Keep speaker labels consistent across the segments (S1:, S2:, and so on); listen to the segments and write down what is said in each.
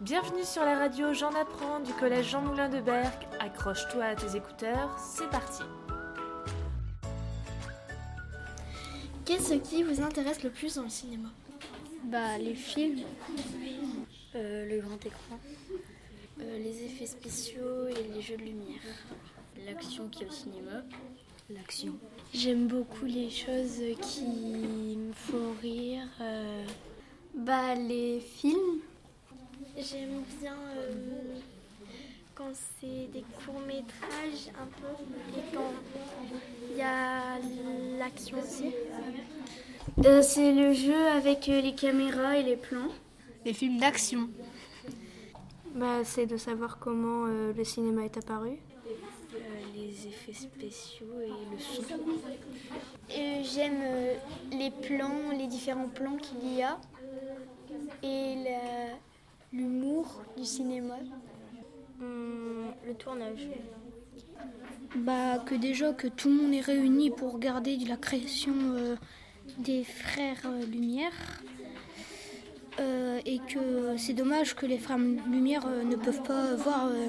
S1: Bienvenue sur la radio J'en apprends du collège Jean Moulin de Berck. Accroche-toi à tes écouteurs, c'est parti.
S2: Qu'est-ce qui vous intéresse le plus dans le cinéma
S3: Bah les films, Euh, le grand écran, Euh,
S2: Les effets spéciaux et les jeux de lumière.
S3: l'action qui est au cinéma, l'action. J'aime beaucoup les choses qui me font rire.
S2: euh.
S3: Bah les films,
S2: J'aime bien euh, quand c'est des courts-métrages un peu et quand il y a l'action aussi.
S3: Euh,
S2: c'est le jeu avec les caméras et les plans.
S3: les films d'action.
S4: Bah, c'est de savoir comment euh, le cinéma est apparu.
S3: Euh, les effets spéciaux et le son. Euh,
S2: J'aime les plans, les différents plans qu'il y a et l'humour du cinéma. Hum, le tournage.
S3: Bah que déjà que tout le monde est réuni pour regarder la création euh, des frères euh, Lumière. Euh, et que c'est dommage que les frères Lumière euh, ne peuvent pas voir euh,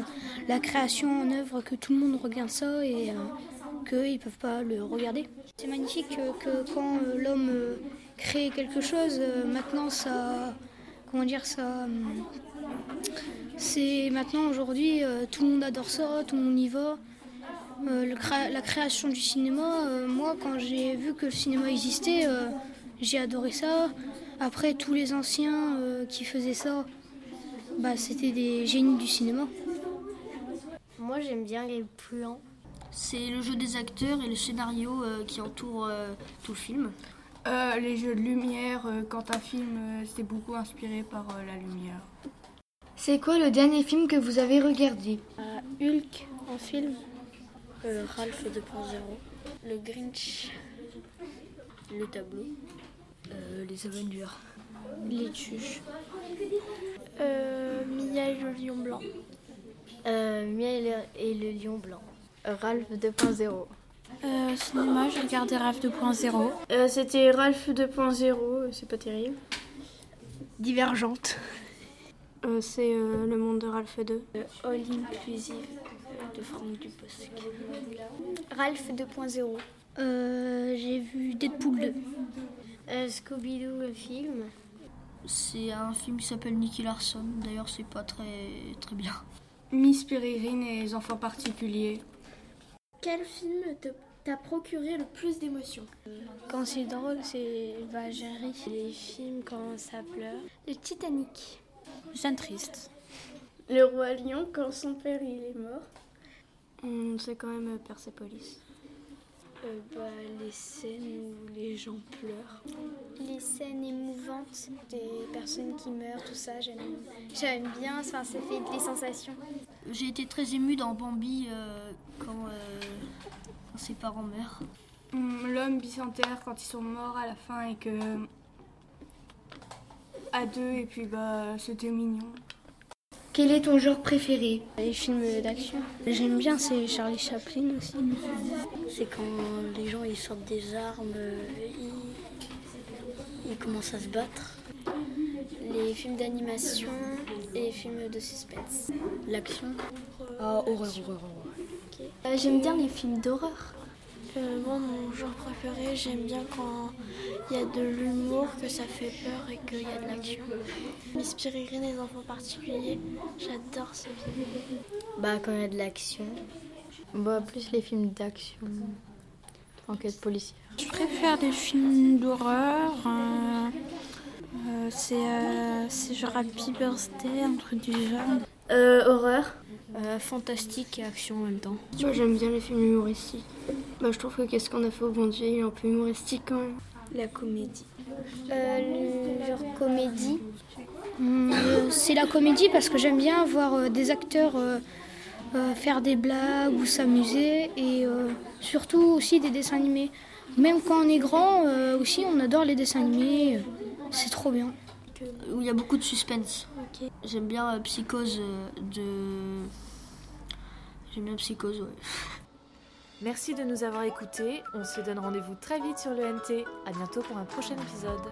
S3: la création en œuvre, que tout le monde regarde ça et euh, qu'ils ne peuvent pas le regarder. C'est magnifique euh, que quand euh, l'homme euh, crée quelque chose, euh, maintenant ça... Comment dire ça hum, C'est maintenant aujourd'hui, euh, tout le monde adore ça, tout le monde y va. Euh, le créa- la création du cinéma, euh, moi quand j'ai vu que le cinéma existait, euh, j'ai adoré ça. Après tous les anciens euh, qui faisaient ça, bah, c'était des génies du cinéma.
S2: Moi j'aime bien les plans.
S3: C'est le jeu des acteurs et le scénario euh, qui entoure tout le film.
S5: Euh, les jeux de lumière, euh, quand un film euh, s'est beaucoup inspiré par euh, la lumière.
S6: C'est quoi le dernier film que vous avez regardé
S3: Euh, Hulk en film. Euh, Ralph 2.0. Le Grinch. Le tableau.
S2: Euh,
S3: les Avengers. Les tuches. Euh,
S2: Mia et le lion blanc. Euh, Mia et le, lion blanc. Ralph 2.0.
S1: cinéma, j'ai regardé Rêve 2.0.
S4: C'était Ralph 2.0, c'est pas terrible.
S3: Divergente.
S4: c'est euh, le monde de Ralph 2.
S3: Euh, All Inclusive de Franck Dubosc.
S2: Ralph 2.0.
S3: Euh, J'ai vu Deadpool 2.
S2: Euh, Scooby-Doo le film.
S3: C'est un film qui s'appelle Nicky Larson. D'ailleurs, c'est pas très, très bien.
S5: Miss Pérérine et les enfants particuliers.
S2: Quel film te- t'a procuré le plus d'émotions
S3: Quand c'est drôle, c'est bah, Les films, quand ça pleure.
S2: Le Titanic.
S3: Jeanne Triste.
S2: Le roi lion quand son père il est mort.
S4: c'est quand même euh, Persepolis.
S3: Euh, bah, les scènes où les gens pleurent.
S2: Les scènes émouvantes des personnes qui meurent, tout ça, j'aime j'aime bien, enfin, ça fait des sensations.
S3: J'ai été très émue dans Bambi euh, quand, euh, quand ses parents meurent.
S5: Hum, L'homme bicentenaire quand ils sont morts à la fin et que à deux et puis bah c'était mignon.
S6: Quel est ton genre préféré
S3: Les films d'action. J'aime bien, c'est Charlie Chaplin aussi. C'est quand les gens ils sortent des armes, euh, ils, ils commencent à se battre.
S2: Les films d'animation et les films de suspense.
S3: L'action. Ah,
S7: Euh,
S2: j'aime bien les films d'horreur.
S7: moi, mon genre préféré, j'aime bien quand il y a de l'humour, que ça fait peur et qu'il y a de l'action. Miss Peregrine et les enfants particuliers, j'adore ce film.
S3: Bah quand il y a de l'action. Bah plus les films d'action. Enquête policière.
S7: Je préfère des films d'horreur. euh, euh, c'est euh, c'est genre Happy Birthday, un truc du genre.
S3: Euh,
S7: Euh,
S6: Horreur.
S3: fantastique et action en même temps.
S4: Moi j'aime bien les films humoristiques. Bah, je trouve que Qu'est-ce qu'on a fait au bon Dieu, il est un peu humoristique quand même.
S3: La comédie. Euh,
S2: le genre comédie.
S4: Hmm.
S3: c'est la comédie parce que j'aime bien voir euh, des acteurs euh, euh, faire des blagues ou s'amuser et euh, surtout aussi des dessins animés. Même quand on est grand euh, aussi on adore les dessins animés. Euh, C'est trop bien. Où il y a beaucoup de suspense. J'aime bien euh, Psychose de. J'aime bien Psychose, ouais.
S1: Merci de nous avoir écoutés. On se donne rendez-vous très vite sur le NT. À bientôt pour un prochain épisode.